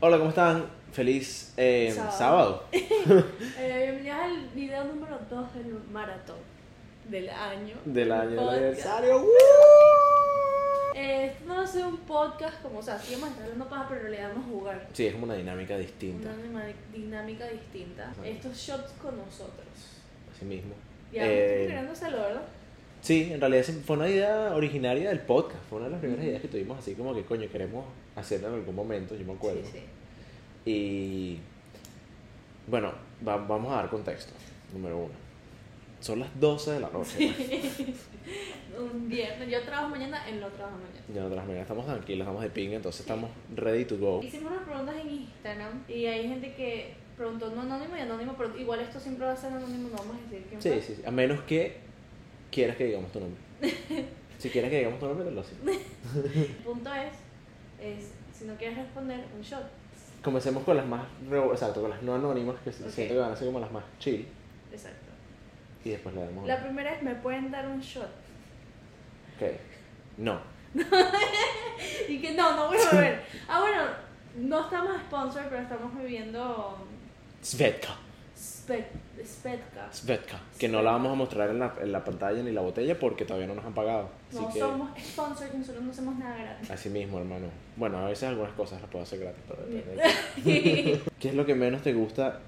Hola, ¿cómo están? Feliz eh, Sábado. sábado. Eh, bienvenidos al video número 2 del maratón del año. del año del Podcast. aniversario. ¡Woo! Eh, esto no va a ser un podcast como, o sea, sí vamos a estar hablando paja, pero le damos jugar. Sí, es como una dinámica distinta. Una dima- dinámica distinta. Ajá. Estos shots con nosotros. Así mismo. Ya, Eh, estoy creándoselo, ¿verdad? Sí, en realidad esa fue una idea originaria del podcast. Fue una de las primeras ideas que tuvimos, así como que coño, queremos hacerlo en algún momento, yo me acuerdo. Sí, sí. Y bueno, va- vamos a dar contexto. Número uno. Son las 12 de la noche. Un viernes. Yo trabajo mañana, él no trabaja mañana. Ya nosotros mira, estamos tranquilos, estamos de pinga, entonces estamos ready to go. Hicimos unas preguntas en Instagram y hay gente que preguntó no anónimo y anónimo, pero igual esto siempre va a ser anónimo, no vamos a decir quién Sí, fue. sí, sí. A menos que quieras que digamos tu nombre. Si quieres que digamos tu nombre, te lo hacemos. El punto es, es, si no quieres responder, un shot. Comencemos con las más, re- exacto, con las no anónimas, que Ok. siento que van a ser como las más chill. Exacto. Y después le damos... La primera es, ¿me pueden dar un shot? Ok. No. Y que no, no voy a beber. Ah, bueno, no estamos sponsor, pero estamos mm, bebiendo Svetka. Sped, Spedka. Svetka. Que no la vamos a mostrar en la, en la pantalla ni la botella porque todavía no nos han pagado. Así No que... somos sponsor, nosotros no hacemos nada gratis. Así mismo, hermano. Bueno, a veces algunas cosas las puedo hacer gratis, pero depende. de ti. ¿Qué es lo que menos te gusta?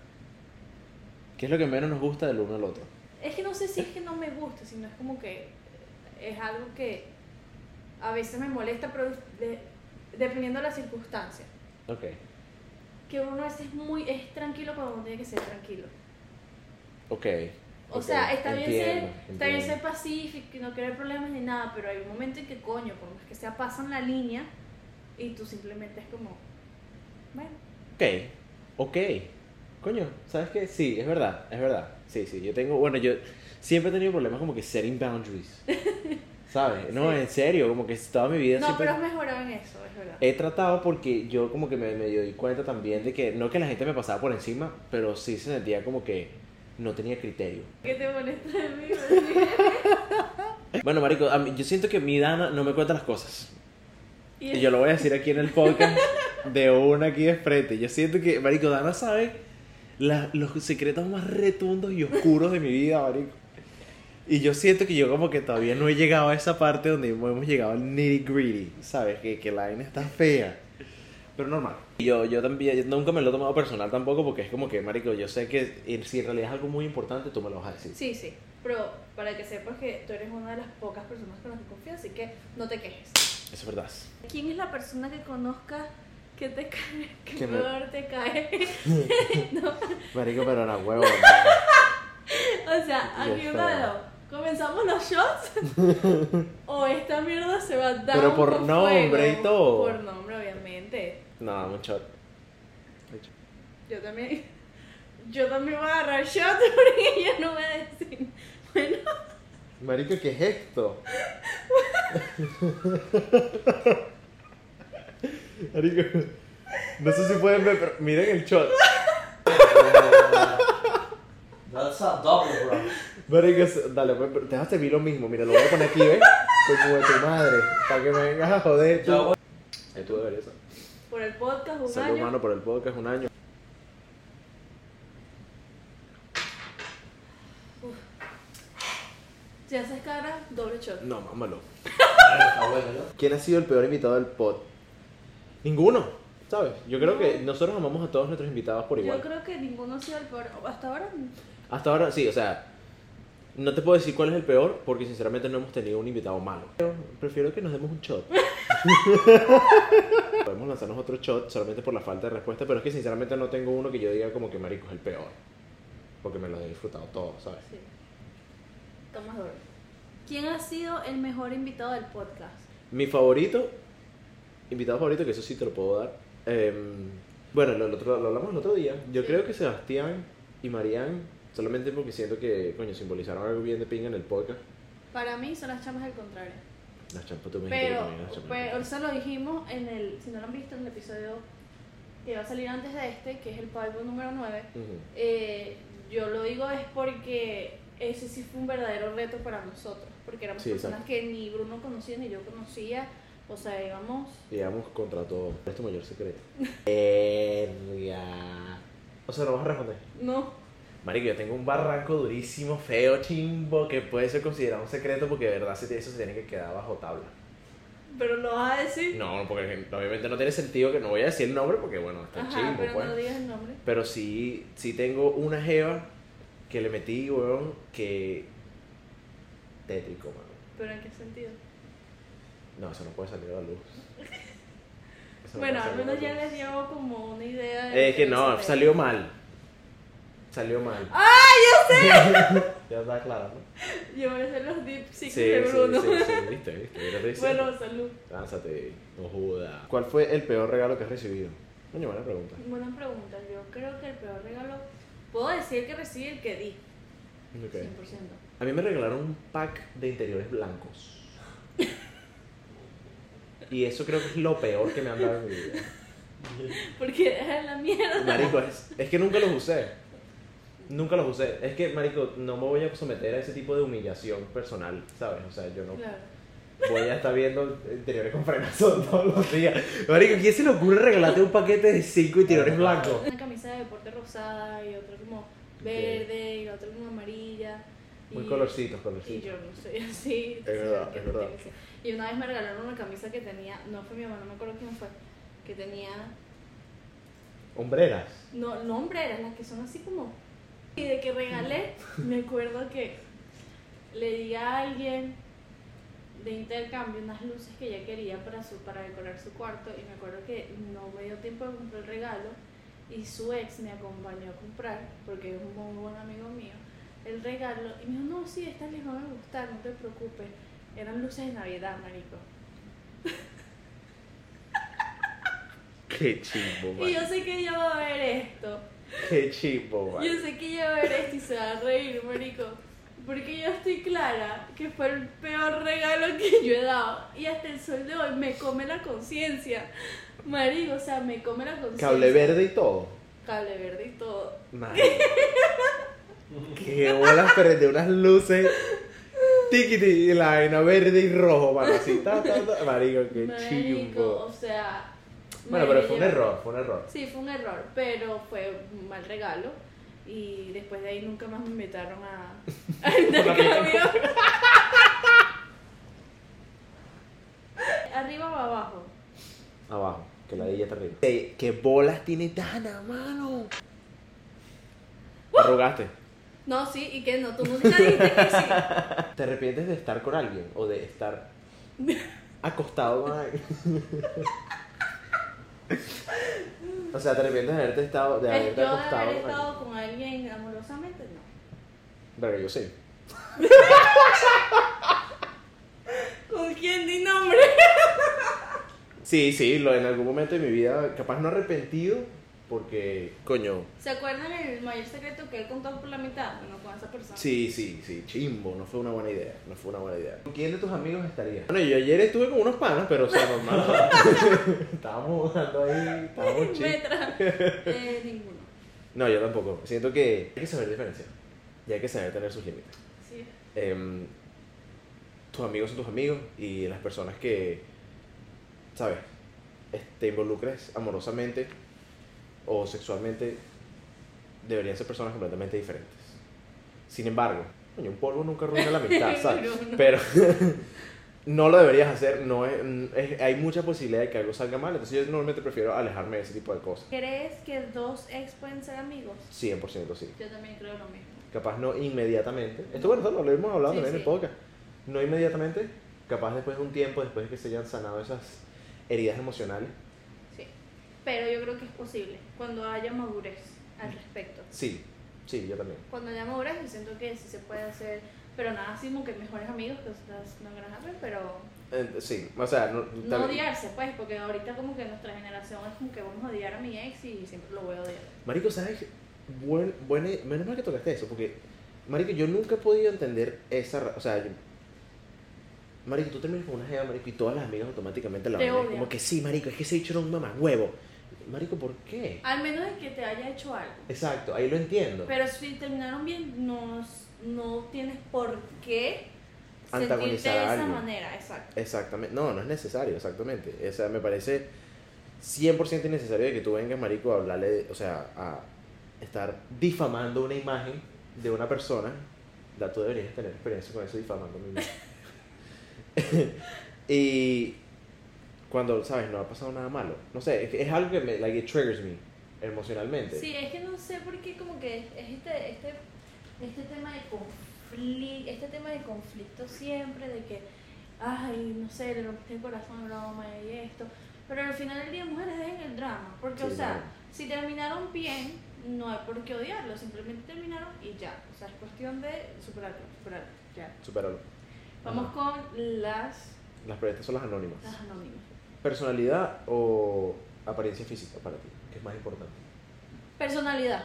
¿Qué es lo que menos nos gusta del uno al otro? Es que no sé si es que no me gusta, sino es como que eh, es algo que a veces me molesta, pero de- dependiendo de las circunstancias. Ok. Que uno a veces es muy, es tranquilo cuando uno tiene que ser tranquilo. Ok. O ok, sea, está bien, ser, entiendo, está bien entiendo. ser pacífico y no querer problemas ni nada, pero hay un momento en que, coño, por más que sea, pasan la línea y tú simplemente es como, bueno, Ok. Ok. Coño, ¿sabes qué? Sí, es verdad, es verdad. Sí, sí, yo tengo, bueno, yo siempre he tenido problemas como que setting boundaries. ¿Sabes? No, Sí. en serio, como que toda mi vida no, siempre... Eh. pero has mejorado en eso, es verdad. He tratado porque yo como que me, me di cuenta también de que no que la gente me pasaba por encima, pero sí se sentía como que no tenía criterio. ¿Qué te molesta de mí? Bueno, Marico, a mí- yo siento que mi Dana no me cuenta las cosas. Y Y yo lo voy a decir aquí en el podcast de una aquí de frente. Yo siento que, Marico, Dana sabe la- los secretos más retundos y oscuros de mi vida, Marico. Y yo siento que yo como que todavía no he llegado a esa parte donde hemos llegado al nitty gritty, ¿sabes? Que, que la vaina está fea. Pero normal. Y Yo, yo también, yo nunca me lo he tomado personal tampoco porque es como que, Marico, yo sé que en- si en realidad es algo muy importante, tú me lo vas a decir. Sí, sí, pero para que sepas que tú eres una de las pocas personas con las que confío, así que no te quejes. Eso es verdad. ¿Quién es la persona que conozcas que te cae, que, Que me- peor te cae? Marico, pero no, huevo. O sea, Yo ayúdalo. ¿Comenzamos los shots? ¿O esta mierda se va a dar? Pero por con nombre fuego? y todo. Por nombre, obviamente. No, un shot. Un shot. Yo también. Yo también voy a agarrar shots porque yo no voy a decir. Bueno, Marico, ¿qué es esto? Marico, no sé si pueden ver, pero miren el shot. That's a double, bro. Marico, es- dale, pues, pero te vas a servir lo mismo. Mira, lo voy a poner aquí, ¿ves? Como de tu madre, para que me vengas a joder. Yo Tú. voy- Ahí tú deberías. por el podcast, un Salud, año. humano por el podcast, un año. Si haces cara, doble shot. No, mámalo. Está bueno, ¿no? ¿Quién ha sido el peor invitado del pod? Ninguno, ¿sabes? Yo creo que nosotros amamos a todos nuestros invitados por igual. Yo creo que ninguno ha sido el peor. Hasta ahora. Hasta ahora, sí, o sea, no te puedo decir cuál es el peor porque sinceramente no hemos tenido un invitado malo. Pero prefiero que nos demos un shot. Podemos lanzarnos otro shot solamente por la falta de respuesta, pero es que sinceramente no tengo uno que yo diga como que marico es el peor. Porque me los he disfrutado todos, ¿sabes? Sí. Tomas doble. ¿Quién ha sido el mejor invitado del podcast? Mi favorito, invitado favorito, que eso sí te lo puedo dar. em, bueno, lo, lo otro- lo hablamos el otro día. Yo Sí. creo que Sebastián y Marían, solamente porque siento que, coño, simbolizaron algo bien de pinga en el podcast. Para mí son las chamas del contrario. Las champas, tú me dijiste que Pero, también las champas. pero eso lo dijimos en el, si no lo han visto, en el episodio que va a salir antes de este, que es el Bible número 9. Ujú. Eh, yo lo digo es porque ese sí fue un verdadero reto para nosotros, porque éramos Sí, personas que ni Bruno conocía ni yo conocía, O sea, íbamos. Digamos contra todo. Es tu mayor secreto. Verga. O sea, no vas a responder. No. Marico, yo tengo un barranco durísimo, feo, chimbo, que puede ser considerado un secreto porque de verdad se- eso se tiene que quedar bajo tabla. Pero lo vas a decir. No, porque obviamente no tiene sentido que no voy a decir el nombre porque, bueno, está Ajá, chimbo, pero pues. no digas el nombre. Pero sí, sí tengo una jeva que le metí, weón, que... Tétrico, mano. ¿Pero en qué sentido? No, eso no puede salir a la luz. Eso no puede bueno, al salir a la menos ya luz. les dio como una idea. de Es que Eh, no, se- salió mal. Salió mal. ¡Ah, ya sé! ya está claro, ¿no? Yo voy a hacer los deep secrets sí, de sí, Bruno. sí, sí, viste, viste. mira, te dice. bueno, salud. Lánzate, no jodas. ¿Cuál fue el peor regalo que has recibido? Coño, buena pregunta. Buena pregunta. Yo creo que el peor regalo. Puedo decir que recibí el que di. Ok. 100%. A mí me regalaron un pack de interiores blancos. Y eso creo que es lo peor que me han dado en mi vida. Porque es la mierda. Marico, es, es que nunca los usé. Nunca los usé. Es que, Marico, no me voy a someter a ese tipo de humillación personal, ¿sabes? O sea, yo no Claro. voy a estar viendo interiores con frenazón todos los días. Marico, ¿quién se le ocurre regalarte un paquete de cinco interiores blancos? Una camisa de deporte rosada y otra como verde y otra como amarilla. Muy y- colorcitos, Y colorcitos. yo no soy así. Es entonces, verdad, ¿qué es verdad. tiene que ser? Y una vez me regalaron una camisa que tenía, no fue mi mamá, no me acuerdo quién fue, que tenía, Hombreras. no, no hombreras, las que son así como. Y de que regalé, me acuerdo que le di a alguien de intercambio unas luces que ella quería para, su, para decorar su cuarto y me acuerdo que no me dio tiempo de comprar el regalo y su ex me acompañó a comprar porque es un muy buen amigo mío el regalo y me dijo no sí estas les van a gustar no te preocupes eran luces de navidad marico Qué chimbo, y yo man. sé que ella va a ver esto Qué chimbo, man. Yo sé que ella va a ver esto y se va a reír, marico. Porque yo estoy clara que fue el peor regalo que yo he dado. Y hasta el sol de hoy me come la conciencia. Marico, o sea, me come la conciencia. Cable verde y todo. Cable verde y todo. Madre. Qué bolas, pero de unas luces. Tiquiti, y la vaina verde y rojo, mano. Así, ta, ta, ta. Marico, qué Marico, chimbo. o sea. Bueno, me pero fue un lleva- error, fue un error. Sí, fue un error, pero fue un mal regalo. Y después de ahí nunca más me invitaron a, a intercambio. Arriba o abajo. Abajo, que la de ella está arriba. Ey, ¿Qué bolas tiene Dana, mano? Arrugaste. No, sí, y que no, tú nunca dijiste que sí. ¿Te arrepientes de estar con alguien o de estar acostado con alguien? o sea, ¿te arrepientes de haberte estado, de El haberte yo de acostado haber con alguien? estado con alguien amorosamente, no. Verga, yo sí. ¿Con quién di nombre? Sí, sí, lo, en algún momento de mi vida, capaz no arrepentido, porque, coño, ¿Se acuerdan el mayor secreto que él contó por la mitad? Bueno, con esa persona. sí, sí, sí, chimbo, no fue una buena idea, no fue una buena idea. ¿Con quién de tus amigos estaría? Bueno, yo ayer estuve con unos panas, pero, o sea, normal. estábamos jugando ahí, estábamos chis. Metra. Eh, ninguno. No, yo tampoco, siento que hay que saber diferenciar, y hay que saber tener sus límites. Sí. Em, tus amigos son tus amigos, y las personas que, ¿sabes? es- Te involucres amorosamente o sexualmente, deberían ser personas completamente diferentes. Sin embargo, coño, un polvo nunca arruina la amistad, ¿sabes? Pero no lo deberías hacer, no es, es- hay mucha posibilidad de que algo salga mal, entonces yo normalmente prefiero alejarme de ese tipo de cosas. ¿Crees que dos ex pueden ser amigos? 100% sí. Yo también creo lo mismo. Capaz no inmediatamente. Esto bueno, esto lo hemos hablado Sí, también en el sí. podcast. No inmediatamente, capaz después de un tiempo, después de que se hayan sanado esas heridas emocionales. Sí. Pero yo creo que es posible cuando haya madurez al respecto. Sí, sí, yo también. Cuando haya madurez, yo siento que sí se puede hacer. Pero nada, así como que mejores amigos, pues, que estás no gran hambre, pero Eh, sí, o sea, no, no también- odiarse, pues, porque ahorita como que nuestra generación es como que vamos a odiar a mi ex y siempre lo voy a odiar. Marico, ¿sabes? Buen, buen- menos mal que tocaste eso, porque, Marico, yo nunca he podido entender esa. ra- O sea, yo- Marico, tú terminas con una jeva, Marico, y todas las amigas automáticamente la Te odian. odian. Como que sí, Marico, es que se ha hecho un mamá huevo. Marico, ¿por qué? Al menos de que te haya hecho algo. Exacto, ahí lo entiendo. Pero si terminaron bien, no, no tienes por qué sentirte antagonizar de a esa alguien. manera, exacto. Exactamente. No, no es necesario, exactamente. O sea, me parece 100% innecesario de que tú vengas, marico, a hablarle, o sea, a estar difamando una imagen de una persona. Ya tú deberías tener experiencia con eso, difamando mi imagen. y cuando, ¿sabes? No ha pasado nada malo. No sé, es, que es algo que me, like, it triggers me emocionalmente. Sí, es que no sé por qué como que es este, este, este tema de conflicto, este tema de conflicto siempre, de que, ay, no sé, le rompiste el corazón a una mamá y esto. Pero al final del día mujeres dejen el drama, porque o Sí, sea, claro. si terminaron bien, no hay por qué odiarlo, simplemente terminaron y ya. O sea, es cuestión de superarlo, superarlo, ya. Superalo. Vamos con las, Las preguntas son las anónimas. las anónimas. ¿Personalidad o apariencia física para ti? ¿Qué es más importante? Personalidad.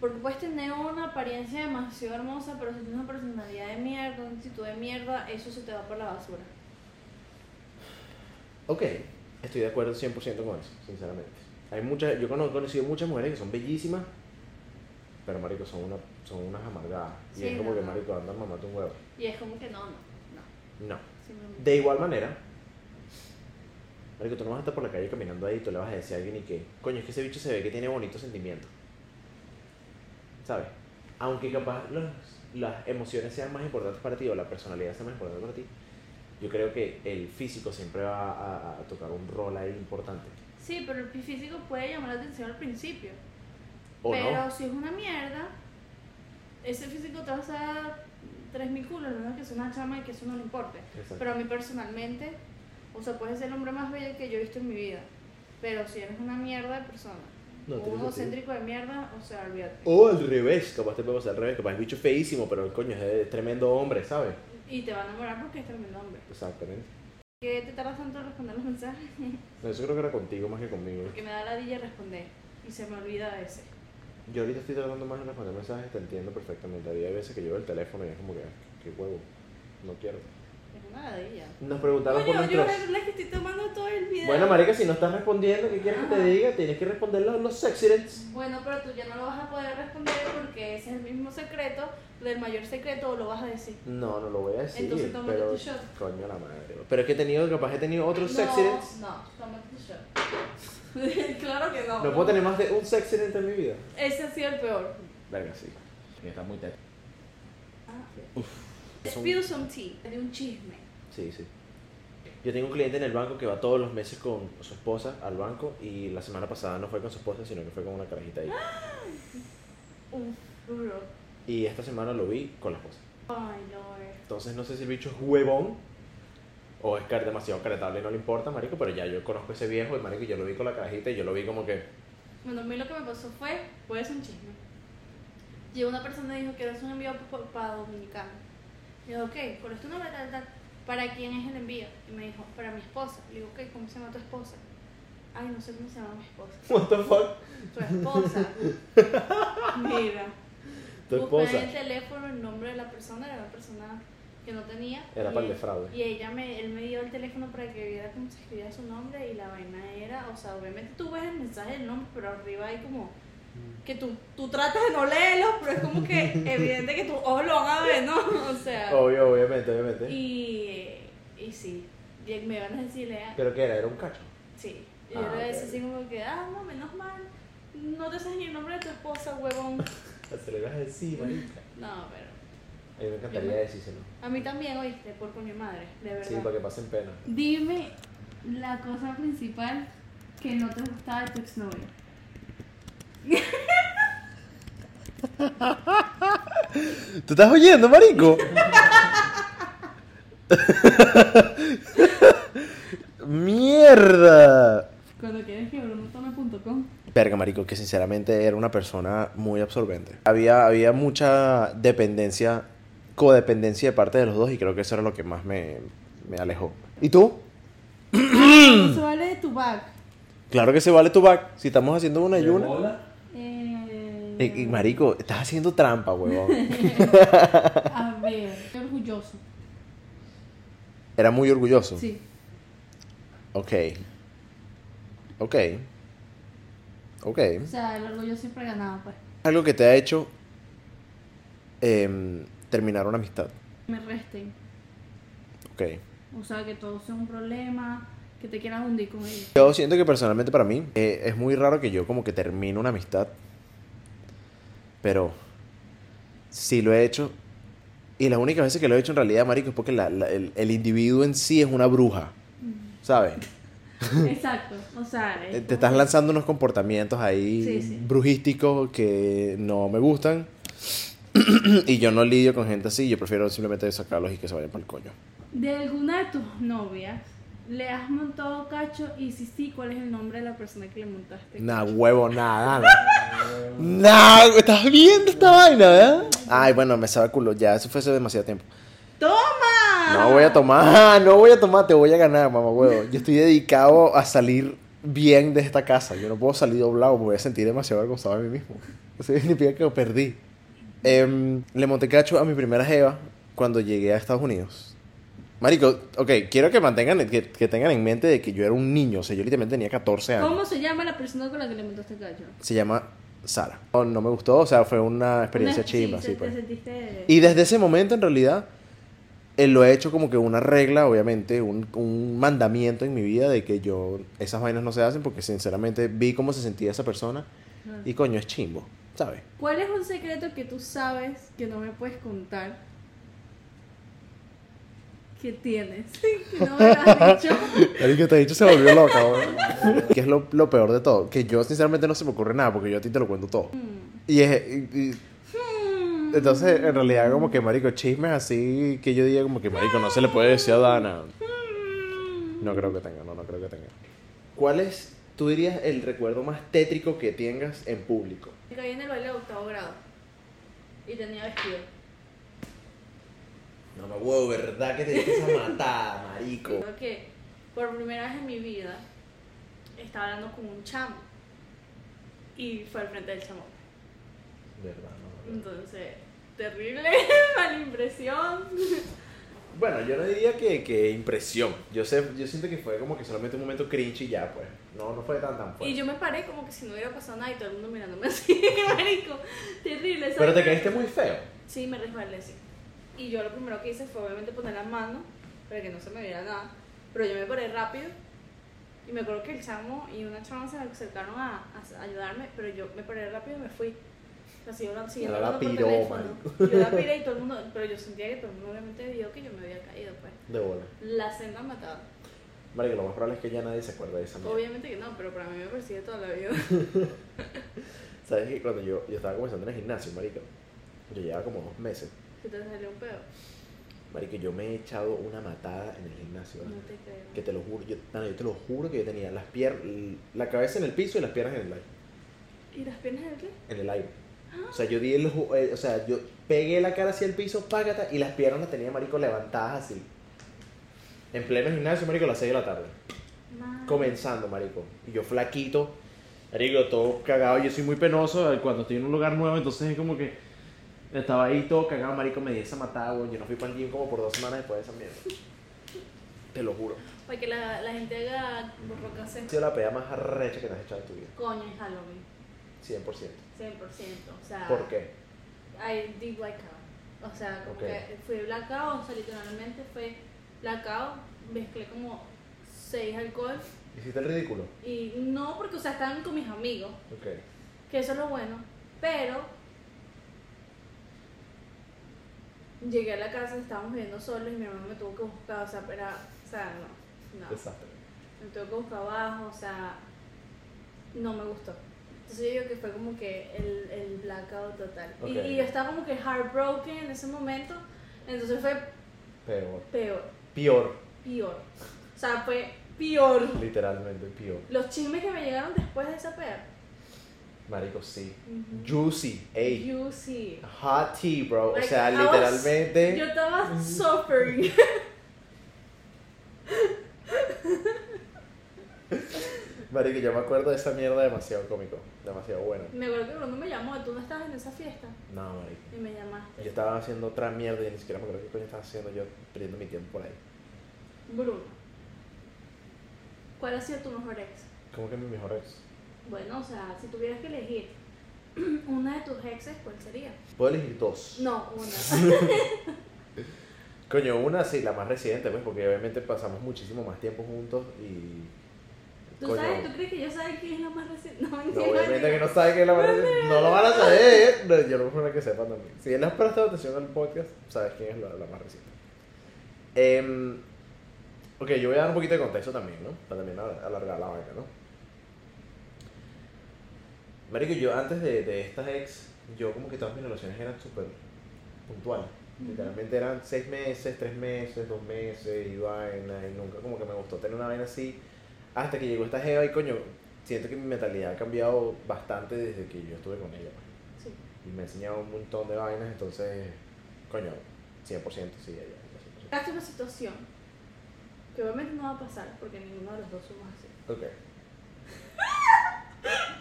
Porque puedes tener una apariencia demasiado hermosa, pero si tienes una personalidad de mierda, una actitud de mierda, eso se te va por la basura. Ok, estoy de acuerdo 100% con eso, sinceramente. Hay muchas, yo cono- he conocido muchas mujeres que son bellísimas, pero marico, son, una, son unas amargadas. Y Sí, es como no, que no. marico, anda, mamate un huevo. Y es como que no, no, no. No. simplemente. De igual manera, marico, tú no vas a estar por la calle caminando ahí y tú le vas a decir a alguien y que, coño, es que ese bicho se ve que tiene bonitos sentimientos. ¿Sabes? Aunque capaz los- las emociones sean más importantes para ti o la personalidad sea más importante para ti, yo creo que el físico siempre va a- a- a tocar un rol ahí importante. Sí, pero el físico puede llamar la atención al principio. ¿O pero no? si es una mierda, ese físico te va a hacer 3.000 culos, lo menos que sea una chama y que eso no le importe. Exacto. Pero a mí personalmente, o sea, puedes ser el hombre más bello que yo he visto en mi vida. Pero si eres una mierda de persona, No, tiene o un sentido. egocéntrico de mierda, o sea, olvídate. O al revés, capaz te puede pasar al revés, capaz el bicho es feísimo, pero el coño es, es tremendo hombre, ¿sabes? Y te va a enamorar porque es tremendo hombre. Exactamente. ¿Qué te tardas tanto en responder los mensajes? No, eso creo que era contigo más que conmigo. Porque me da la dilla responder. Y se me olvida a veces. Yo ahorita estoy tratando más de responder mensajes, te entiendo perfectamente. Había veces que yo veo el teléfono y es como que, "Ah, qué huevo, no quiero. Es una ladilla. Nos preguntaron por Coño, yo nuestros... es la que estoy tomando todo el video. Bueno, marica, si no estás respondiendo, ¿qué quieres que te Ajá. diga? Tienes que responder los, los sexirets. Bueno, pero tú ya no lo vas a poder responder porque ese es el mismo secreto del mayor secreto o lo vas a decir. No, no lo voy a decir, Entonces, tómate pero... tu shot. Coño la madre. Pero es que he tenido, capaz he tenido otros no, sexirets. No, tómate tu shot. claro que no. No puedo tener más de un sexirent en mi vida. Ese ha sido el peor. Verga, sí. Está muy teto. Ah. Son- Spill some tea. De un chisme. Sí, sí. Yo tengo un cliente en el banco que va todos los meses con su esposa al banco y la semana pasada no fue con su esposa, sino que fue con una carajita ahí. Uf, duro. Y esta semana lo vi con la esposa. Ay, Lord. Entonces no sé si el bicho es huevón o es car- demasiado caretable y no le importa, marico, pero ya yo conozco a ese viejo y marico, yo lo vi con la carajita y yo lo vi como que... Bueno, a mí lo que me pasó fue, puede ser un chisme. Llegó una persona y dijo que eres un envío para Dominicano. Le digo, ok, ¿cuál es tu nombre? Tal, tal. ¿Para quién es el envío? Y me dijo, para mi esposa. Le digo, ok, ¿cómo se llama tu esposa? Ay, no sé cómo se llama mi esposa. What the fuck? Tu esposa. Mira. Tu busqué esposa. en el teléfono el nombre de la persona, era una persona que no tenía. Era y para el él- defraude. Y ella me, él me dio el teléfono para que viera cómo se escribía su nombre y la vaina era, o sea, obviamente tú ves el mensaje del nombre, pero arriba hay como que tú, tú tratas de no leerlo, pero es como que evidente que tus ojos lo van a ver, ¿no? O sea, Obvio, obviamente, obviamente. y, y sí, y me van a decirle, ah, ¿Pero qué era? ¿Era un cacho? sí, y Ah, yo le ok. decía así como que, ah, no, menos mal, no te sabes ni el nombre de tu esposa, huevón. Se lo ibas a decir, marica. No, pero... A mí me encantaría decírselo. A mí también, oíste, por con mi madre, de verdad. Sí, para que pasen pena. Dime la cosa principal que no te gustaba de tu exnovio. ¿Tú estás oyendo, marico? ¡Mierda! Cuando quieres que Bruno tome punto com. Verga, marico, que sinceramente era una persona muy absorbente. Había, había mucha dependencia, codependencia de parte de los dos y creo que eso era lo que más me, me alejó. ¿Y tú? Mm. No se vale de tu back. Claro que se vale tu back si estamos haciendo una y una. ¿Hola? Eh, Y, y, marico, estás haciendo trampa, huevón. a ver, estoy orgulloso. Era muy orgulloso. Sí. Ok. Ok. Ok. O sea, el orgullo siempre ganaba, pues. Algo que te ha hecho em, terminar una amistad. Me resten. Ok. O sea, que todo sea un problema, que te quieras hundir con ellos. Yo siento que personalmente para mí eh, es muy raro que yo como que termine una amistad. Pero si lo he hecho. Y las únicas veces que lo he hecho en realidad, marico, es porque la- la- el, el individuo en sí es una bruja. Mm. ¿Sabes? Exacto. O sea, Eh, es Te como- estás lanzando unos comportamientos ahí Sí, sí. brujísticos que no me gustan. y yo no lidio con gente así. Yo prefiero simplemente sacarlos y que se vayan para el coño. De alguna de tus novias, ¿le has montado cacho? Y si sí, ¿cuál es el nombre de la persona que le montaste? Nah, huevo, nada, nada. nah, güey, estás viendo esta vaina, ¿verdad? Ay, bueno, me sabe culo, ya, eso fue hace demasiado tiempo. Ah. ¡Toma! No voy a tomar, no voy a tomar, te voy a ganar, mamá huevo. Yo estoy dedicado a salir bien de esta casa. Yo no puedo salir doblado, me voy a sentir demasiado avergonzado de mí mismo. Eso significa que lo perdí. Em, le monté cacho a mi primera jeva cuando llegué a Estados Unidos. Marico, ok, quiero que mantengan, que, que tengan en mente de que yo era un niño, o sea, yo literalmente tenía 14 años. ¿Cómo se llama la persona con la que le montaste cacho? se llama Sara. No, no me gustó, o sea, fue una experiencia Una- chimba, sí, sí, te- pues. Te sentiste... Y desde ese momento, en realidad, eh, lo he hecho como que una regla, obviamente, un, un mandamiento en mi vida de que yo, esas vainas no se hacen porque sinceramente vi cómo se sentía esa persona Ajá. y coño, es chimbo, ¿sabes? ¿Cuál es un secreto que tú sabes que no me puedes contar? Que tienes, que no me lo has dicho. El que te he dicho se volvió loca, Que es lo, lo peor de todo, que yo sinceramente no se me ocurre nada porque yo a ti te lo cuento todo. Mm. Y es... y- y- entonces, en realidad, como que, marico, chismes así que yo diga como que, marico, no se le puede decir a Dana. No creo que tenga, no, no creo que tenga. ¿Cuál es, tú dirías, el recuerdo más tétrico que tengas en público? Me Mm. caí en el baile de octavo grado. Y tenía vestido. No me huevo, ¿verdad que te diste esa matada, marico? Creo que por primera vez en mi vida estaba hablando con un chamo. Y fue al frente del chamo. Verdad, no. Entonces, terrible, mala impresión. Bueno, yo no diría que, que impresión. Yo sé, yo siento que fue como que solamente un momento cringe y ya, pues. No, no fue tan tan fuerte. Y yo me paré como que si no hubiera pasado nada y todo el mundo mirándome así, marico. Terrible, ¿sabes? Pero te caíste muy feo. Sí, me resbalé, sí. Y yo lo primero que hice fue obviamente poner la mano para que no se me viera nada. Pero yo me paré rápido y me acuerdo que el chamo y una chama se me acercaron a, a ayudarme, pero yo me paré rápido y me fui. Así hablando, siguiendo Ahora la hablando por piró, teléfono. Yo la piré y todo el mundo, pero yo sentía que todo el mundo obviamente vio que yo me había caído, pues. De bola. La senda mataba. Marico, lo más probable es que ya nadie se acuerde de esa mierda. Obviamente que no, pero para mí me persigue toda la vida. ¿Sabes que cuando yo, yo estaba comenzando en el gimnasio, marico? Yo llevaba como dos meses. que te salió un pedo. Marico, yo me he echado una matada en el gimnasio. ¿vale? No te creo. Que te lo juro, yo, no, yo te lo juro que yo tenía las piernas, la cabeza en el piso y las piernas en el aire. ¿Y las piernas del qué? En el aire. O sea, yo di el, ju- eh, o sea, yo pegué la cara hacia el piso, págata, y las piernas las tenía, marico, levantadas así. En pleno gimnasio, marico, a las 6 de la tarde. Madre. comenzando, marico. Y yo flaquito, marico, todo cagado. Yo soy muy penoso eh, cuando estoy en un lugar nuevo, entonces es como que estaba ahí todo cagado, marico, me di esa matada, güey. Yo no fui para el gym como por dos semanas después de esa mierda. Te lo juro. Para que la, la gente haga borrocas Ha sido la pelea más arrecha que te has echado en tu vida. Coño, es Halloween, 100%. 100%. O sea, ¿Por qué? I did blackout. O sea, como Ok. que fui blackout, o sea, literalmente fue blackout. Mezclé como seis alcohol. ¿Hiciste el ridículo? Y no, porque, o sea, estaban con mis amigos, Ok. que eso es lo bueno. Pero llegué a la casa, estábamos viviendo solos y mi hermano me tuvo que buscar. O sea, era, o sea, no, no. Desastre. me tuve que buscar abajo, o sea, no me gustó. Entonces yo digo que fue como que el, el blackout total. Y- Ok. Y, yo estaba como que heartbroken en ese momento, entonces fue Peor. peor, Peor. peor. O sea, fue peor. Literalmente, peor. Los chismes que me llegaron después de esa pea. Marico, sí. Ujú. Juicy. Ey. You see. Hot tea, bro. O Like, sea, I was- literalmente. Yo estaba suffering. Marico, yo me acuerdo de esa mierda demasiado cómico, demasiado bueno. me acuerdo que Bruno me llamó, tú no estabas en esa fiesta. No, marico. Y me llamaste. Yo estaba haciendo otra mierda y ni siquiera me acuerdo qué coño estaba haciendo yo perdiendo mi tiempo por ahí. Bruno. ¿Cuál ha sido tu mejor ex? ¿Cómo que mi mejor ex? Bueno, o sea, si tuvieras que elegir una de tus exes, ¿cuál sería? Puedo elegir dos. No, una. Coño, una sí, la más reciente, pues, porque obviamente pasamos muchísimo más tiempo juntos y. ¿Tú coño, sabes? ¿Tú crees que yo sabe quién es la más reciente? No, No, mentira, obviamente digo. que no sabe que es la más reciente. No lo van a saber, ¿eh? No, yo no creo que sepan también. Si él has prestado atención al podcast, sabes quién es la, la más reciente. Em, ok, yo voy a dar un poquito de contexto también, ¿no? Para también a- alargar la vaina, ¿no? Marico, yo antes de, de estas ex, yo como que todas mis relaciones eran súper puntuales. Literalmente eran seis meses, tres meses, dos meses y vaina. Y nunca como que me gustó tener una vaina así. Hasta que llegó esta Jeva y coño, siento que mi mentalidad ha cambiado bastante desde que yo estuve con ella. pues. Sí. Y me ha enseñado un montón de vainas, entonces, coño, 100% sí, ella. ella, Hace una situación que obviamente no va a pasar porque ninguno de los dos somos así. 100%.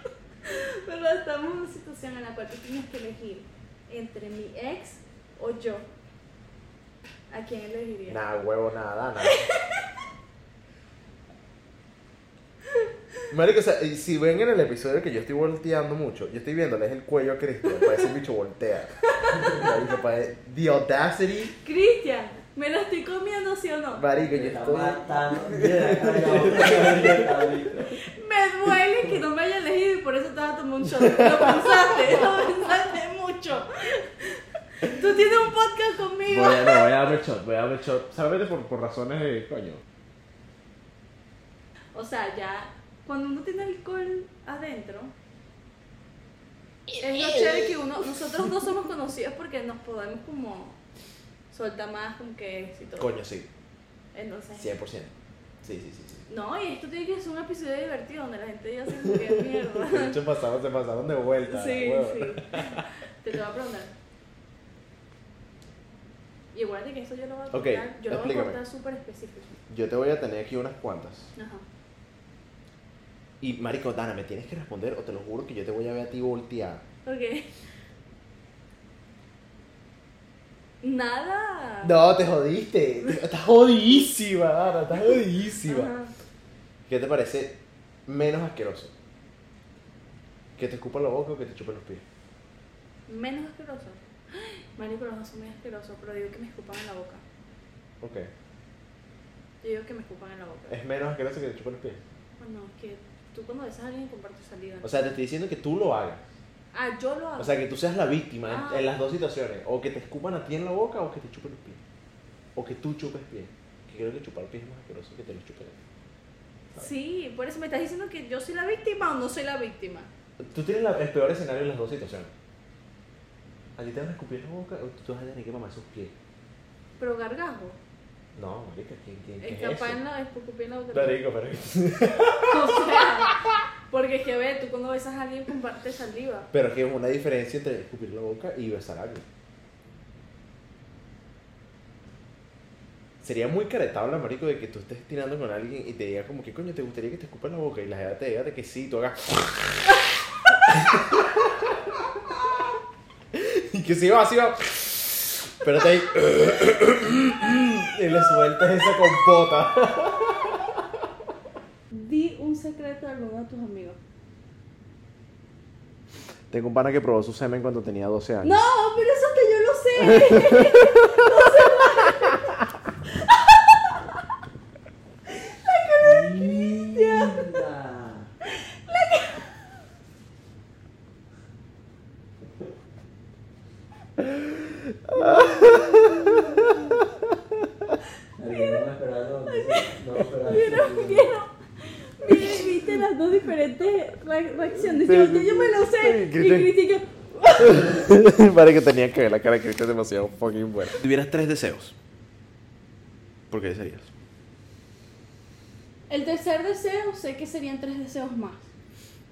Ok. Pero estamos en una situación en la cual tú tienes que elegir entre mi ex o yo. ¿A quién elegiría? Nada, huevo, nada, nada. Marico, o sea, y si ven en el episodio que yo estoy volteando mucho, yo estoy viéndoles el cuello a Cristian, parece un bicho voltea. Marico, parece- the audacity, Cristian, ¿me lo estoy comiendo sí o no? marico, yo Me está estoy... matando. Mira, cabrón. Me duele que no me haya elegido y por eso estaba tomando un shot. Lo pensaste, lo pensaste mucho. Tú tienes un podcast conmigo. Voy a, no, voy a darme shot, voy a darme shot, solamente por, por razones de coño. O sea, ya cuando uno tiene alcohol adentro, es lo chévere que uno, nosotros no somos conocidos porque nos podemos como soltar más, como que y todo. Coño, sí, Entonces, 100%. Sí, sí, sí. sí. no, y esto tiene que ser un episodio divertido donde la gente diga así como que De mierda. hecho, pasaron, se pasaron de vuelta. sí, huevo. sí. Te lo voy a preguntar. Y acuérdate que eso yo lo voy a Ok, cortar, yo lo voy a explícame. cortar súper específico. Yo te voy a tener aquí unas cuantas. Ajá. Y marico, Dana, me tienes que responder o te lo juro que yo te voy a ver a ti volteada. Ok. Nada. No, te jodiste. Estás jodidísima, Dana, estás jodidísima. Ajá. ¿Qué te parece menos asqueroso? Que te escupan la boca o que te chupen los pies. Menos asqueroso. Ay, Marico, los dos son muy asquerosos, pero digo que me escupan en la boca. Ok. Yo digo que me escupan en la boca. Es menos asqueroso que te chupen los pies. Bueno, que tú cuando besas a alguien compartes salida. O sea, te estoy diciendo que tú lo hagas. ah, yo lo hago. O sea, que tú seas la víctima en- Ah. en, las dos situaciones. O que te escupan a ti en la boca o que te chupen los pies. O que tú chupes pies. Que creo que chupar pies es más asqueroso que te los chupen. sí, por eso me estás diciendo que yo soy la víctima o no soy la víctima. Tú tienes la- el peor escenario en las dos situaciones. A ti te van a escupir la boca o tú vas a tener que mamar sus pies. Pero gargajo. No, marica, ¿quién, quién, ¿qué Es es capaz eso? en la, es escupir en la boca. Marico, pero... O sea, porque es que ve, tú cuando besas a alguien compartes saliva. Pero es que es una diferencia entre escupir la boca y besar a alguien. Sería muy caretable, marico, de que tú estés tirando con alguien y te diga como que coño te gustaría que te escupan la boca y la gente te diga de que sí, tú hagas. y que si va, si va. Pero te y le sueltas esa compota. Di un secreto a alguno de tus amigos. Tengo un pana que probó su semen cuando tenía 12 años. No, pero eso que yo lo sé. No Nah. Ay, no me esperaba eso, no me esperaba eso. Mira, viste las dos diferentes re- reacciones. Yo, yo, yo me lo sé. Sí, Y Cristian. critico. Para que tenía que ver la cara de Cristo es demasiado fucking buena. Si tuvieras tres deseos, ¿por qué desearías? El tercer deseo, sé que serían tres deseos más.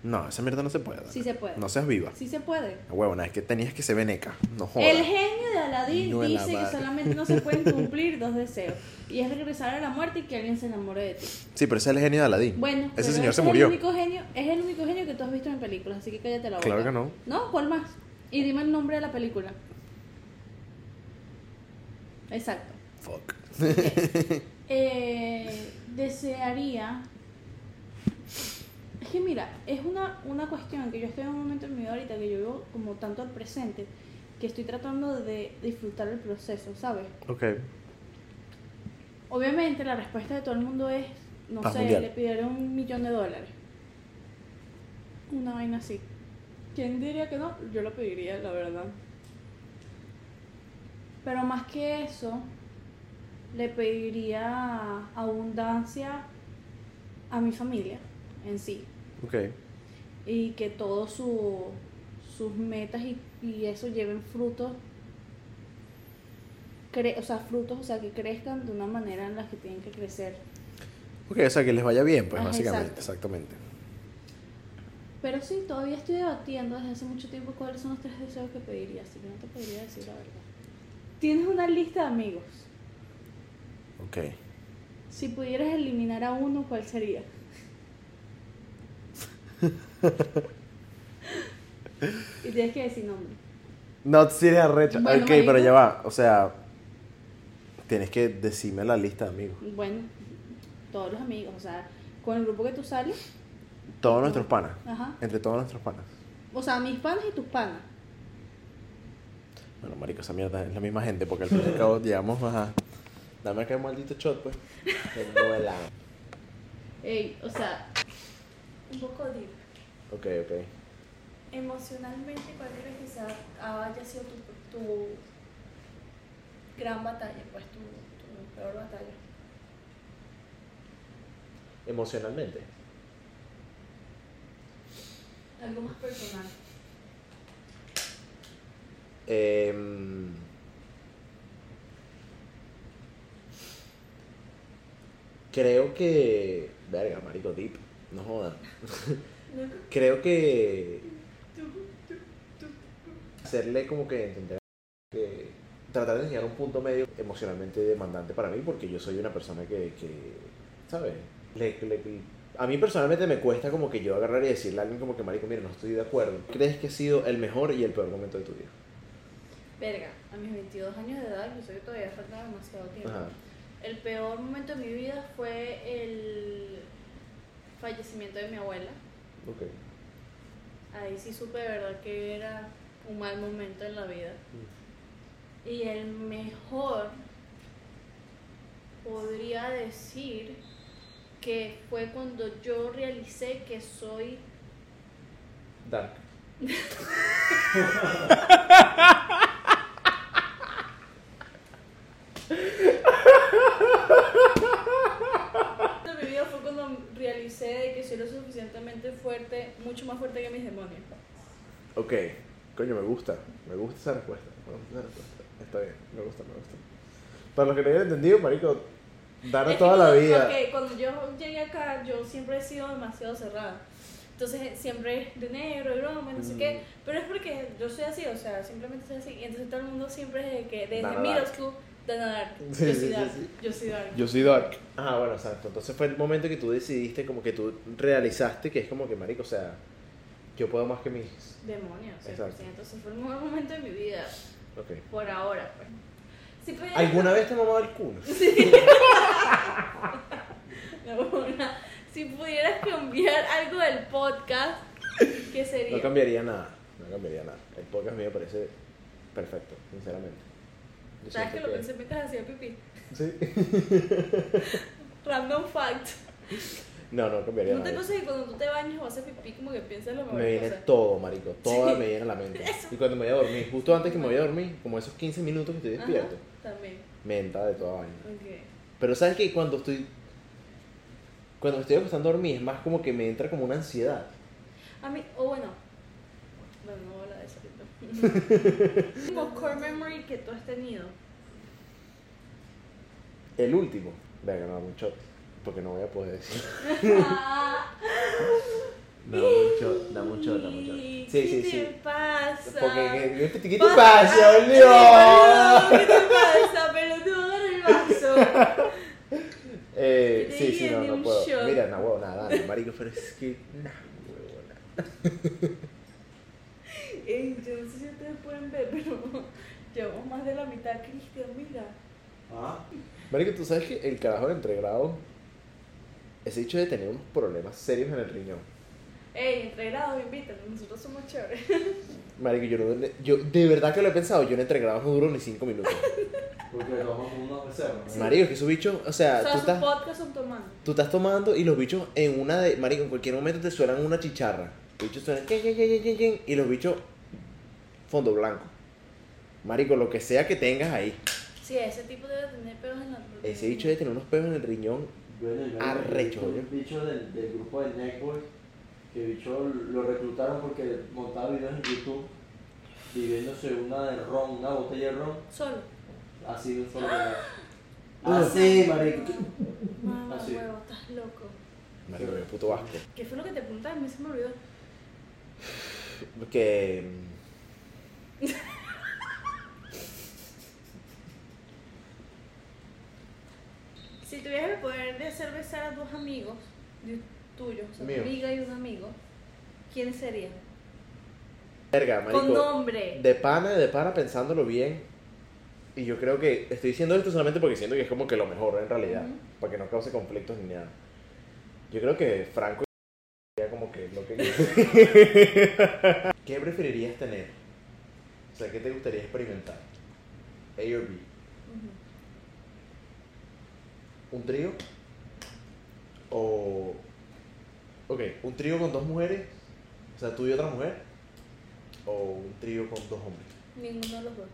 No, esa mierda no se puede. Sí se puede. No seas viva. Sí se puede. La huevona, es que tenías que ser veneca. No jodas. El genio de Aladdin No en la dice que madre. solamente no se pueden cumplir dos deseos. Y es regresar a la muerte y que alguien se enamore de ti. Sí, pero ese es el genio de Aladín. Bueno, pero ese señor es se murió. El único genio, es el único genio que tú has visto en películas, así que cállate la boca. Claro que no. ¿No? ¿Cuál más? Y dime el nombre de la película. Exacto. Fuck. Eh, desearía. Es que mira, es una, una cuestión que yo estoy en un momento en mi vida ahorita que yo vivo como tanto al presente que estoy tratando de disfrutar el proceso, ¿sabes? Ok. Obviamente la respuesta de todo el mundo es, no Paz sé, mundial. le pidieron un millón de dólares. Una vaina así. ¿Quién diría que no? Yo lo pediría, la verdad. Pero más que eso, le pediría abundancia a mi familia en sí Ok. y que todos su- sus metas y, y eso lleven frutos, cre- o sea, frutos, o sea, que crezcan de una manera en la que tienen que crecer. Ok, o sea, que les vaya bien, pues, Ajá, básicamente. exacto. Exactamente. Pero sí, todavía estoy debatiendo desde hace mucho tiempo cuáles son los tres deseos que pediría, así que no te podría decir la verdad. Tienes una lista de amigos. Ok. Si pudieras eliminar a uno, ¿cuál sería? y tienes que decir nombre. No, sí eres arrecha. Bueno, ok, marico. pero ya va. O sea, tienes que decirme la lista de amigos. Bueno, todos los amigos, o sea, con el grupo que tú sales, Todos nuestros panas. ajá. Entre todos nuestros panas. O sea, mis panas y tus panas. Bueno, marico, esa mierda es la misma gente porque al fin y al cabo llegamos a... Dame acá el maldito shot, pues. Tengo el hambre. Ey, o sea, Un poco deep. Ok, ok. Emocionalmente, ¿cuál crees que sea, ah, haya sido tu, tu gran batalla? Pues tu, tu peor batalla. Emocionalmente. Algo más personal. Em, creo que... Verga, marico, deep. No jodas. creo que... Hacerle como que entender que... Tratar de enseñar un punto medio emocionalmente demandante para mí porque yo soy una persona que... que ¿Sabes? Le- le- a mí personalmente me cuesta como que yo agarrar y decirle a alguien como que, marico, mira, no estoy de acuerdo. ¿Crees que ha sido el mejor y el peor momento de tu vida? Verga, a mis 22 años de edad, yo sé que todavía falta demasiado tiempo. Ajá. El peor momento de mi vida fue el fallecimiento de mi abuela. Ok. Ahí sí supe de verdad que era un mal momento en la vida. Y el mejor podría decir que fue cuando yo realicé que soy Dark. de mi vida fue cuando realicé de que soy lo suficientemente fuerte, mucho más fuerte que mis demonios. Ok. Coño, me gusta. Me gusta esa respuesta. Me gusta esa respuesta. Está bien. Me gusta, me gusta. Para los que no hayan entendido, marico, Dara Es que toda la cuando- vida. ok, cuando yo llegué acá, yo siempre he sido demasiado cerrada. Entonces, siempre de negro, de broma, no sé Mm. qué. Pero es porque yo soy así, o sea, simplemente soy así. Y entonces todo el mundo siempre es de que, desde Dana middle Dark. school, Dana Dark. Sí, yo sí, soy sí, Dark. sí. Yo soy Dark. Yo soy Dark. Ah, bueno, exacto. Entonces fue el momento que tú decidiste, como que tú realizaste que es como que, marico, o sea, yo puedo más que mis. Demonios, 100%. Exacto. Entonces fue el mejor momento de mi vida, Ok. por ahora. Pues. Si pudiera- ¿Alguna vez te mamaba el culo? Una- si pudieras cambiar algo del podcast, ¿qué sería? No cambiaría nada. No cambiaría nada. El podcast mío parece perfecto, sinceramente. Yo ¿Sabes que siento lo pensé mientras hacía pipí? Sí. Random fact. No, no cambiaría ¿No nada. te pasa que cuando tú te bañas o haces pipí como que piensas lo mejor Me viene cosa? todo, marico. Todo me viene a la mente. Y cuando me voy a dormir, justo antes que me voy a dormir, como esos 15 minutos que estoy Ajá, despierto, También. me entra de toda vaina. Ok. Pero sabes que cuando estoy. Cuando me estoy acostando a dormir, es más como que me entra como una ansiedad. A mí, o bueno. Bueno, no voy a hablar de eso ahorita. Como core memory que tú has tenido. El último. Voy a ganar un shot. Porque no voy a poder decir. Ah, Dame un shot, dame un shot, dame un shot. Sí, Sí, sí, ¿Qué te sí. pasa? Porque. ¿Qué, qué te Pasa- pasa, Ay, boludo? boludo, ¿Qué te pasa? Pero tú agarra el vaso. Eh, Que te sí, sí, no, llene no un puedo. shot. Mira, no huevo, nada, dale, marico, pero es que. Nah, huevona. Ey, yo no sé si ustedes pueden ver, pero llevamos más de la mitad, Cristian, mira. ¿Ah? Marico, tú sabes que el carajo de entregrado, ese hecho de tener unos problemas serios en el riñón. Ey, entregrados, invítanos, nosotros somos chéveres. Marico, yo, no, yo de verdad que lo he pensado, yo en entregrado no duro ni cinco minutos. Porque tomamos unos becerros. ¿no? Marico, es que esos bichos, o sea, O sea, tú sus estás, podcasts son tomando. tú estás tomando y los bichos en una de. Marico, en cualquier momento te suenan una chicharra. Los bichos suenan. yin, yin, yin, yin, yin, yin, y los bichos. Fondo blanco. Marico, lo que sea que tengas ahí. Sí, ese tipo debe tener pelos en la Ese bicho debe tener unos pelos en el riñón. Yo en el verano Arrecho. vi un bicho del, del grupo del Network, que bicho lo reclutaron porque montaba videos en YouTube viviéndose una de ron, una botella de ron, Solo. así de un solo pedazo. Ah, Así, marico. Mamá, Así. huevo, estás loco. Marico, qué puto asco. ¿Qué fue lo que te preguntaba? A mí se me olvidó. Que. mm, Si tuvieras el poder de hacer besar a dos amigos de- tuyos, o sea, tu Mío. amiga y un amigo, ¿quiénes serían? Verga, Con marico. nombre. De pana, de pana, pensándolo bien. Y yo creo que estoy diciendo esto solamente porque siento que es como que lo mejor en realidad. Ujú. Para que no cause conflictos ni nada. Yo creo que Franco sería como que lo que. ¿Qué preferirías tener? O sea, ¿qué te gustaría experimentar? A o B. Ujú. ¿Un trío? O. Ok, un trío con dos mujeres. O sea, tú y otra mujer. O un trío con dos hombres. Ninguno de los dos.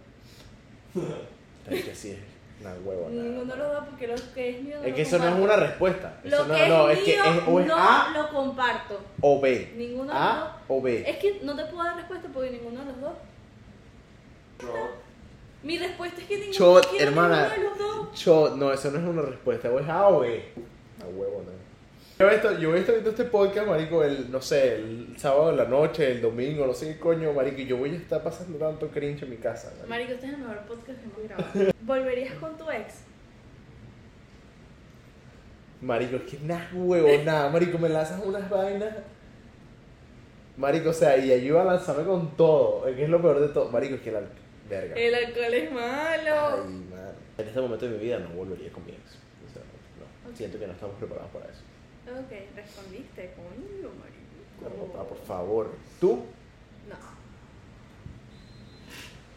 Es que sí es una hueva. nada. Ninguno de los dos porque lo que es mío. Es lo que eso no es comparto. una respuesta. Lo Eso no, que no, es, es que mío, es o es no A lo comparto. o B. Ninguno de los dos. A o B. Es que no te puedo dar respuesta porque ninguno de los dos. Mi respuesta es que ninguno, Chot, quiero hermana. ninguno de los dos. Cho, no, eso no es una respuesta. O es A o B. A huevo, no. Yo he estado, yo he estado viendo este podcast, marico, el, no sé, el sábado en la noche, el domingo, no sé qué coño, marico, y yo voy a estar pasando tanto cringe en mi casa, marico. Marico, este es el mejor podcast que hemos grabado. ¿Volverías con tu ex? Marico, es que nada huevo, nada, marico, me lanzas unas vainas. Marico, o sea, y ayuda a lanzarme con todo, es que es lo peor de todo. Marico, es que la verga. El alcohol es malo. Ay, madre. En este momento de mi vida no volvería con mi ex. O sea, no. Ok. Siento que no estamos preparados para eso. Ok, respondiste, coño, marico. Pero, papá, por favor. ¿Tú? No,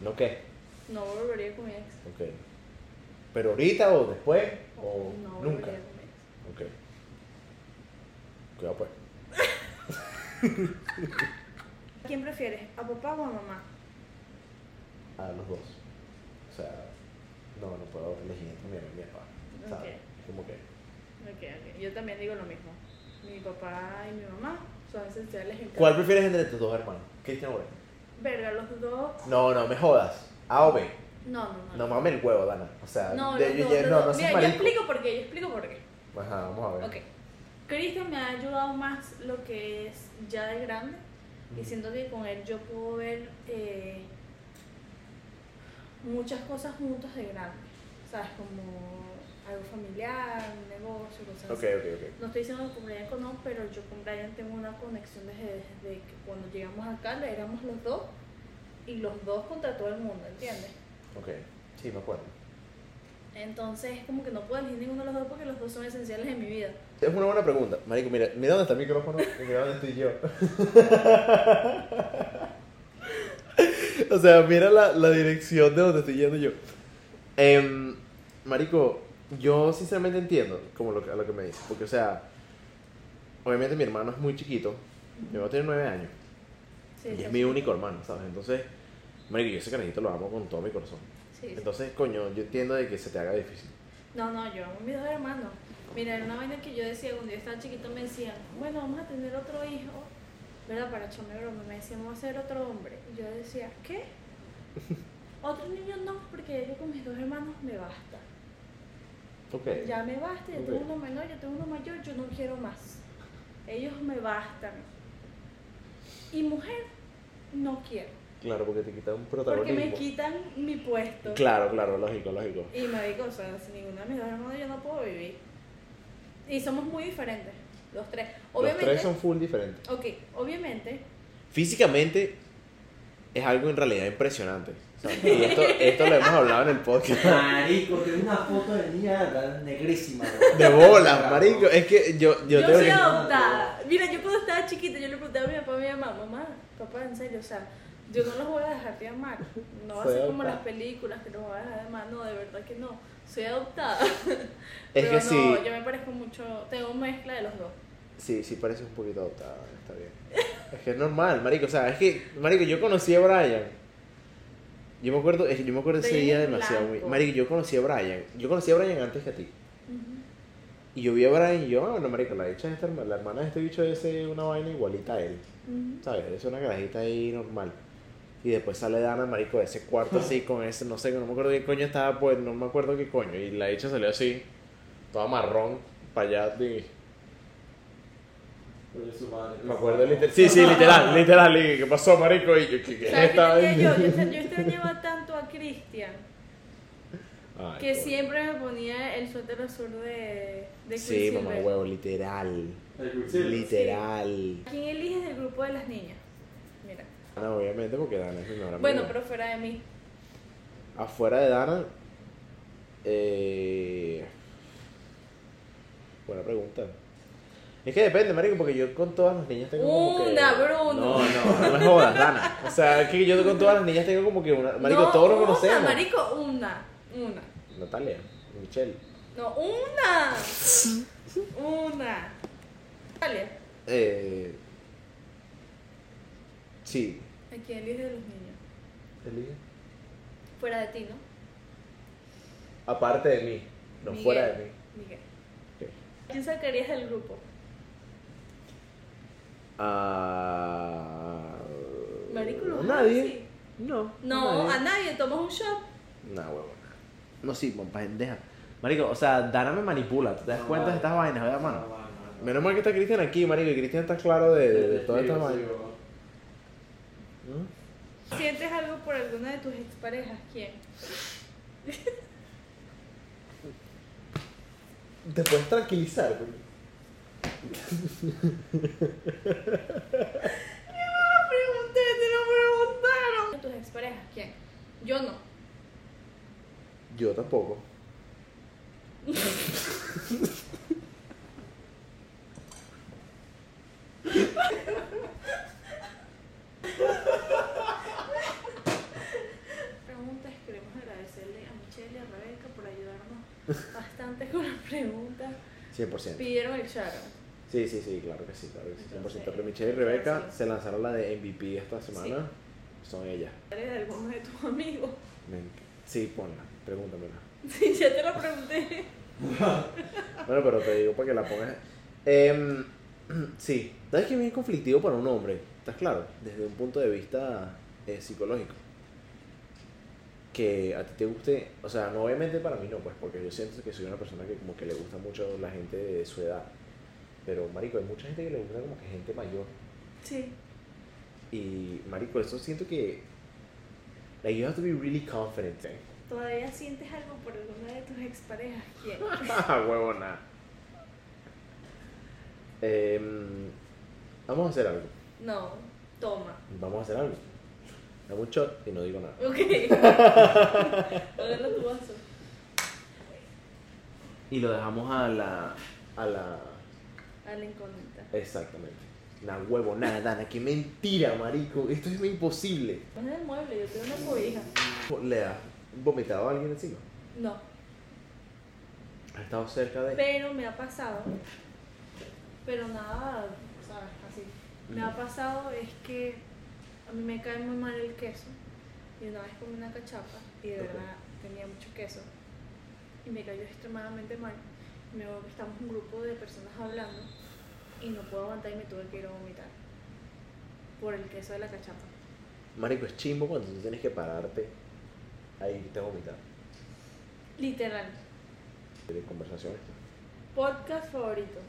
¿No qué? no volvería con mi ex. Ok. ¿Pero ahorita o después? ¿O no nunca? volvería con mi ex. Ok. Cuidado pues. ¿A quién prefieres? ¿A papá o a mamá? A los dos. O sea, no, no puedo elegir entre mi mamá y mi papá. ¿Sabes? Como que. Ok, ok. Yo también digo lo mismo. Mi papá y mi mamá son esenciales en ¿Cuál casa. prefieres entre tus dos hermanos? Cristian o Ben? Verga, los dos. No, no, me jodas. A o B. No, no, no. No mames el huevo, Dana. O sea, no, de- los yo- dos, yo- los no, dos. no seas Mira, yo marico. explico por qué, yo explico por qué. Ajá, vamos a ver. Ok. Cristian me ha ayudado más lo que es ya de grande. Y Ujú. siento que con él yo puedo ver eh, muchas cosas juntas de grande. ¿Sabes? Como algo familiar, un negocio, cosas Ok, así. ok, ok. No estoy diciendo que con Brian con no, pero yo con Brian tengo una conexión desde, desde que cuando llegamos acá, le éramos los dos. Y los dos contra todo el mundo, ¿entiendes? Ok, sí, me acuerdo. Entonces es como que no puedo elegir ninguno de los dos porque los dos son esenciales en mi vida. Es una buena pregunta. Marico, mira, mira dónde está el micrófono y mira dónde estoy yo. o sea, mira la, la dirección de donde estoy yendo yo. Em, marico, yo sinceramente entiendo como lo, que- a lo que me dices. Porque, o sea, obviamente mi hermano es muy chiquito. Mi hermano tiene nueve años. Sí, y sí, es mi sí. único hermano, ¿sabes? Entonces, marico, yo ese carajito lo amo con todo mi corazón. Sí, sí. Entonces, coño, yo entiendo de que se te haga difícil. No, no, yo amo a mis dos hermanos. Mira, era una vaina que yo decía cuando yo estaba chiquito, me decían, bueno, vamos a tener otro hijo, ¿verdad? Para echarme broma, me decían, vamos a ser otro hombre. Y yo decía, ¿qué? Otro niño no, porque yo con mis dos hermanos me basta. Ok. Ya me basta, yo tengo Ok. uno menor, yo tengo uno mayor, yo no quiero más. Ellos me bastan. Y mujer, no quiero. Claro, porque te quitan un Porque protagonismo. me quitan mi puesto. Claro, claro, lógico, lógico. Y marico, o sea, sin ninguna de mis dos hermanas yo no puedo vivir. Y somos muy diferentes, los tres. Obviamente, Los tres son full diferentes. ok, obviamente, Físicamente es algo en realidad impresionante. O sea, y esto, esto lo hemos hablado en el podcast. Marico, tengo una foto de niña negrísima. De bolas, marico. Es que yo, yo, yo, tengo soy que... adoptada. Mira, yo cuando estaba chiquita, yo le preguntaba a mi papá y a mi mamá, mamá, Papá, en serio, o sea, yo no los voy a dejar de amar. No va a Soy ser como adoptada. las películas que los voy a dejar de amar. No, de verdad que no. Soy adoptada. Es Pero que no, sí. yo me parezco mucho. Tengo mezcla de los dos. Sí, sí, parece un poquito adoptada, está bien. Es que es normal, marico, o sea, es que, marico, yo conocí a Brian. Yo me acuerdo, es que yo me acuerdo ese Brian día es demasiado, muy- blanco. marico, yo conocí a Brian. Yo conocí a Brian antes que a ti. Y yo vi a Brian y yo, ah, bueno, marico, la hecha de esta herma- la hermana de este bicho es eh, una vaina igualita a él. ¿Sabes? Es una garajita ahí normal. Y después sale Dana, marico, de ese cuarto así, con ese, no sé, no me acuerdo qué coño estaba, pues, no me acuerdo qué coño. Y la hecha salió así, toda marrón, para allá, y... Coño, su madre. Me acuerdo literal. Sí, sí, literal, literal. y ¿Qué pasó, marico? Y yo, ¿qué, qué es ¿Sabes qué esta tenía vaina? yo? Yo, extra- yo extrañaba tanto a Cristian Ay, que coño. siempre me ponía el suéter azul de, de Sí, mamá, Quicksilver. huevo, literal. El Quicksilver. Literal. ¿Quién eliges del grupo de las niñas? Mira. Dana, obviamente, porque Dana es mi mejor amiga. Bueno, pero fuera de mí. Afuera de Dana. Eh... Buena pregunta. Es que depende, marico, porque yo con todas las niñas tengo como que... Una, Bruno. No, no, no me jodas, Dana. O sea, es que yo con todas las niñas tengo como que una... Marico, No, todos lo una, conocemos. Marico, una. Una. Natalia, Michelle. No, una. una. Vale. Eh... Sí, ¿A quién eliges de los niños? Elige. Fuera de ti, ¿no? Aparte de mí, no Miguel. fuera de mí. Miguel. Ok. ¿Quién sacarías del grupo? Ah, Marico, lo nadie. sí. No. No, nadie. a nadie, tomas un shot. No, huevo. No, sí, con pendeja. Marico, o sea, Dana me manipula. ¿Te das No, cuenta de vale. estas vainas, verdad, No, mano? no, no, no. Menos mal que está Cristian aquí, marico, y Cristian está claro de, de, de Sí, todas estas sí, vainas. weón. ¿Mm? ¿Sientes algo por alguna de tus exparejas? ¿Quién? Te puedes tranquilizar, güey. No pregunté, te lo preguntaron. ¿Tus exparejas? ¿Quién? Yo no. Yo tampoco. Preguntas, queremos agradecerle a Michelle y a Rebeca por ayudarnos bastante con las preguntas. 100%. Pidieron el Sharon. Sí, sí, sí, claro que sí, claro que sí. 100%. Entonces, Pero Michelle y Rebeca entonces- se lanzaron la de MVP esta semana. Son ellas. ¿Eres de alguno de tus amigos? Men- Sí, ponla, pregúntamela. Sí, ya te lo pregunté. Bueno, pero te digo para que la pongas. Em, sí, sabes que es bien conflictivo para un hombre, ¿estás claro? Desde un punto de vista eh, psicológico. Que a ti te guste, o sea, no obviamente para mí no, pues, porque yo siento que soy una persona que como que le gusta mucho la gente de su edad. Pero, marico, hay mucha gente que le gusta como que gente mayor. Sí. Y, marico, eso siento que... Like, you have to be really confident. ¿eh? ¿Todavía sientes algo por alguna de tus exparejas? ¿Quién? Huevona. Em, vamos a hacer algo. No. Toma. Vamos a hacer algo. Dame un shot y no digo nada. Ok. Agarra tu vaso. Y lo dejamos a la. a la. A la incógnita. Exactamente. La huevonada, Dana. Qué mentira, marico. Esto es imposible. No es del mueble, yo tengo una cobija. ¿Le has vomitado a alguien encima? No. ¿Has estado cerca de.? Pero me ha pasado. Pero nada, o sea, así. Me ha pasado es que a mí me cae muy mal el queso. Y una vez comí una cachapa y de Ok. verdad tenía mucho queso. Y me cayó extremadamente mal. Y Me acuerdo que estamos un grupo de personas hablando y no puedo aguantar y me tuve que ir a vomitar. Por el queso de la cachapa. Marico, es chimbo cuando tú tienes que pararte a irte a vomitar. Literal. De conversaciones. Podcast favorito.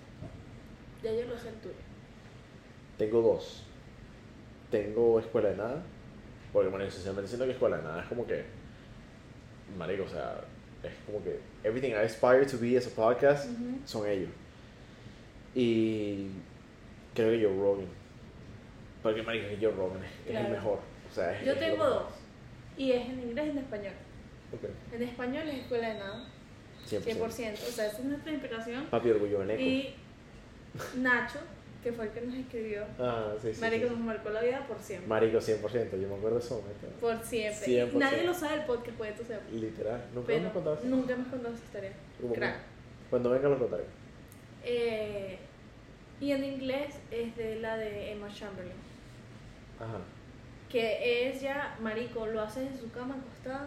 Ya yo lo sé el tuyo. Tengo dos. Tengo escuela de nada. Porque, bueno, esencialmente siento que escuela de nada es como que. Marico, o sea, es como que. Everything I aspire to be as a podcast Ujú. son ellos. Y. Creo que Joe Rogan. Porque, Marico, es que Joe Rogan es, es Claro. el mejor. O sea, es- Yo es lo tengo mejor. dos. Y es en inglés y en español. Ok. En español es escuela de nada, 100%. 100%. O sea, esa es nuestra inspiración. Papi Orgullo Veneco. Y Nacho, que fue el que nos escribió. Ah, sí, sí. Marico sí. nos marcó la vida por siempre. Marico, 100%. Yo me acuerdo de ese momento. Por siempre. 100%. Nadie lo sabe el podcast, puede tú sabes. Literal. Nunca Pero hemos contado eso. nunca hemos contado esa historia. Como Crack. que- Cuando venga lo contaré. Eh, y en inglés es de la de Emma Chamberlain. Ajá, Que es ya, marico, lo haces en su cama acostada.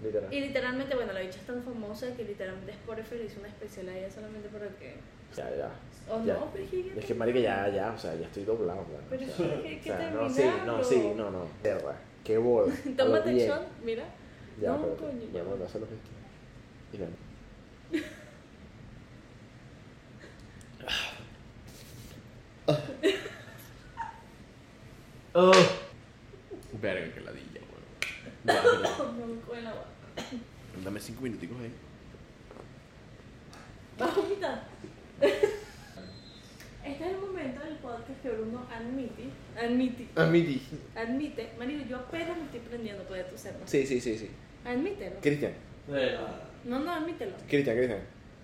literal. Y literalmente, bueno, la bicha es tan famosa que literalmente Spotify le hizo una especial a ella solamente porque... Ya, ya. O Ya. no, pero es que... ella- Es que, marica, ya, ya, o sea, ya estoy doblado, man. Pero o es sea, que hay que o sea, no, sí, no, terminarlo. sí, no, no. Mierda, qué bola. a los Tómate el 10. shot, mira. Ya, No, pero, coño, ya. Bueno, bueno, eso es lo que quiero. Y bueno. Ah. Ah. Verga, que ladilla, weón. Ya, pero- No, con el agua. Dame cinco minuticos ahí. ¿Vas a vomitar? Este es el momento del podcast que Bruno admite, admite, Amiti. admite, marico, yo apenas me estoy prendiendo, puede tú serlo. Sí, sí, sí, sí. Admítelo. Cristian, Eh, No, no, admítelo. Cristian, Cristian.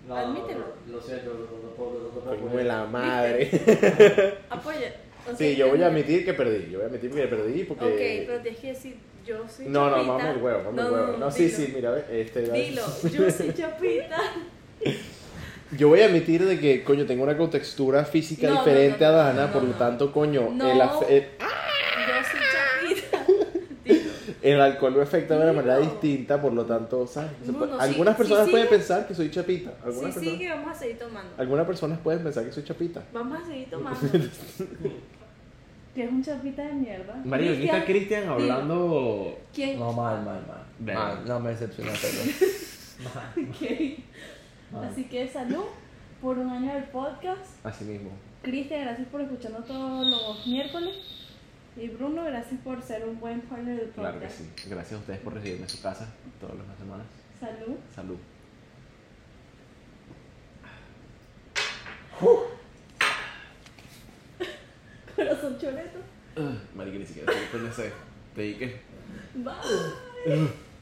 no, no, no, Admítelo. lo siento, no, no, no puedo, no puedo. Coño de la madre. Apoya. O sea, Sí, yo voy a admite. admitir que perdí. Yo voy a admitir que perdí porque. Ok, pero tienes que decir, yo soy No, no, chapita. vamos el huevo, vamos el huevo. No, sí, dilo. sí, mira, ve, este. Dilo, yo soy chapita. Yo voy a admitir de que, coño, tengo una contextura física No, no, diferente no, no, a Dana, no, por lo no. tanto, coño, No. el, af- el- Yo soy chapita. Dilo. el alcohol me afecta de una manera No. distinta, por lo tanto, ¿sabes? Se Bruno, puede- sí, algunas sí personas pueden sigue. pensar que soy chapita. Sí, Algunas, sí, personas, que vamos a seguir tomando. algunas personas pueden pensar que soy chapita. Vamos a seguir tomando. Que es un chapita de mierda. María, aquí está Cristian hablando. ¿Quién? No, mal, mal, mal. Venga. Mal, Ah, no me decepcionaste. Ok. Vale. Así que salud por un año del podcast. Así mismo. Cristian, gracias por escucharnos todos los miércoles. Y Bruno, gracias por ser un buen partner del podcast. Claro que sí. Gracias a ustedes por recibirme en su casa todas las semanas. Salud. Salud. Corazón choreto. Marica, ni siquiera te lo pensé. Te dije que. Bye.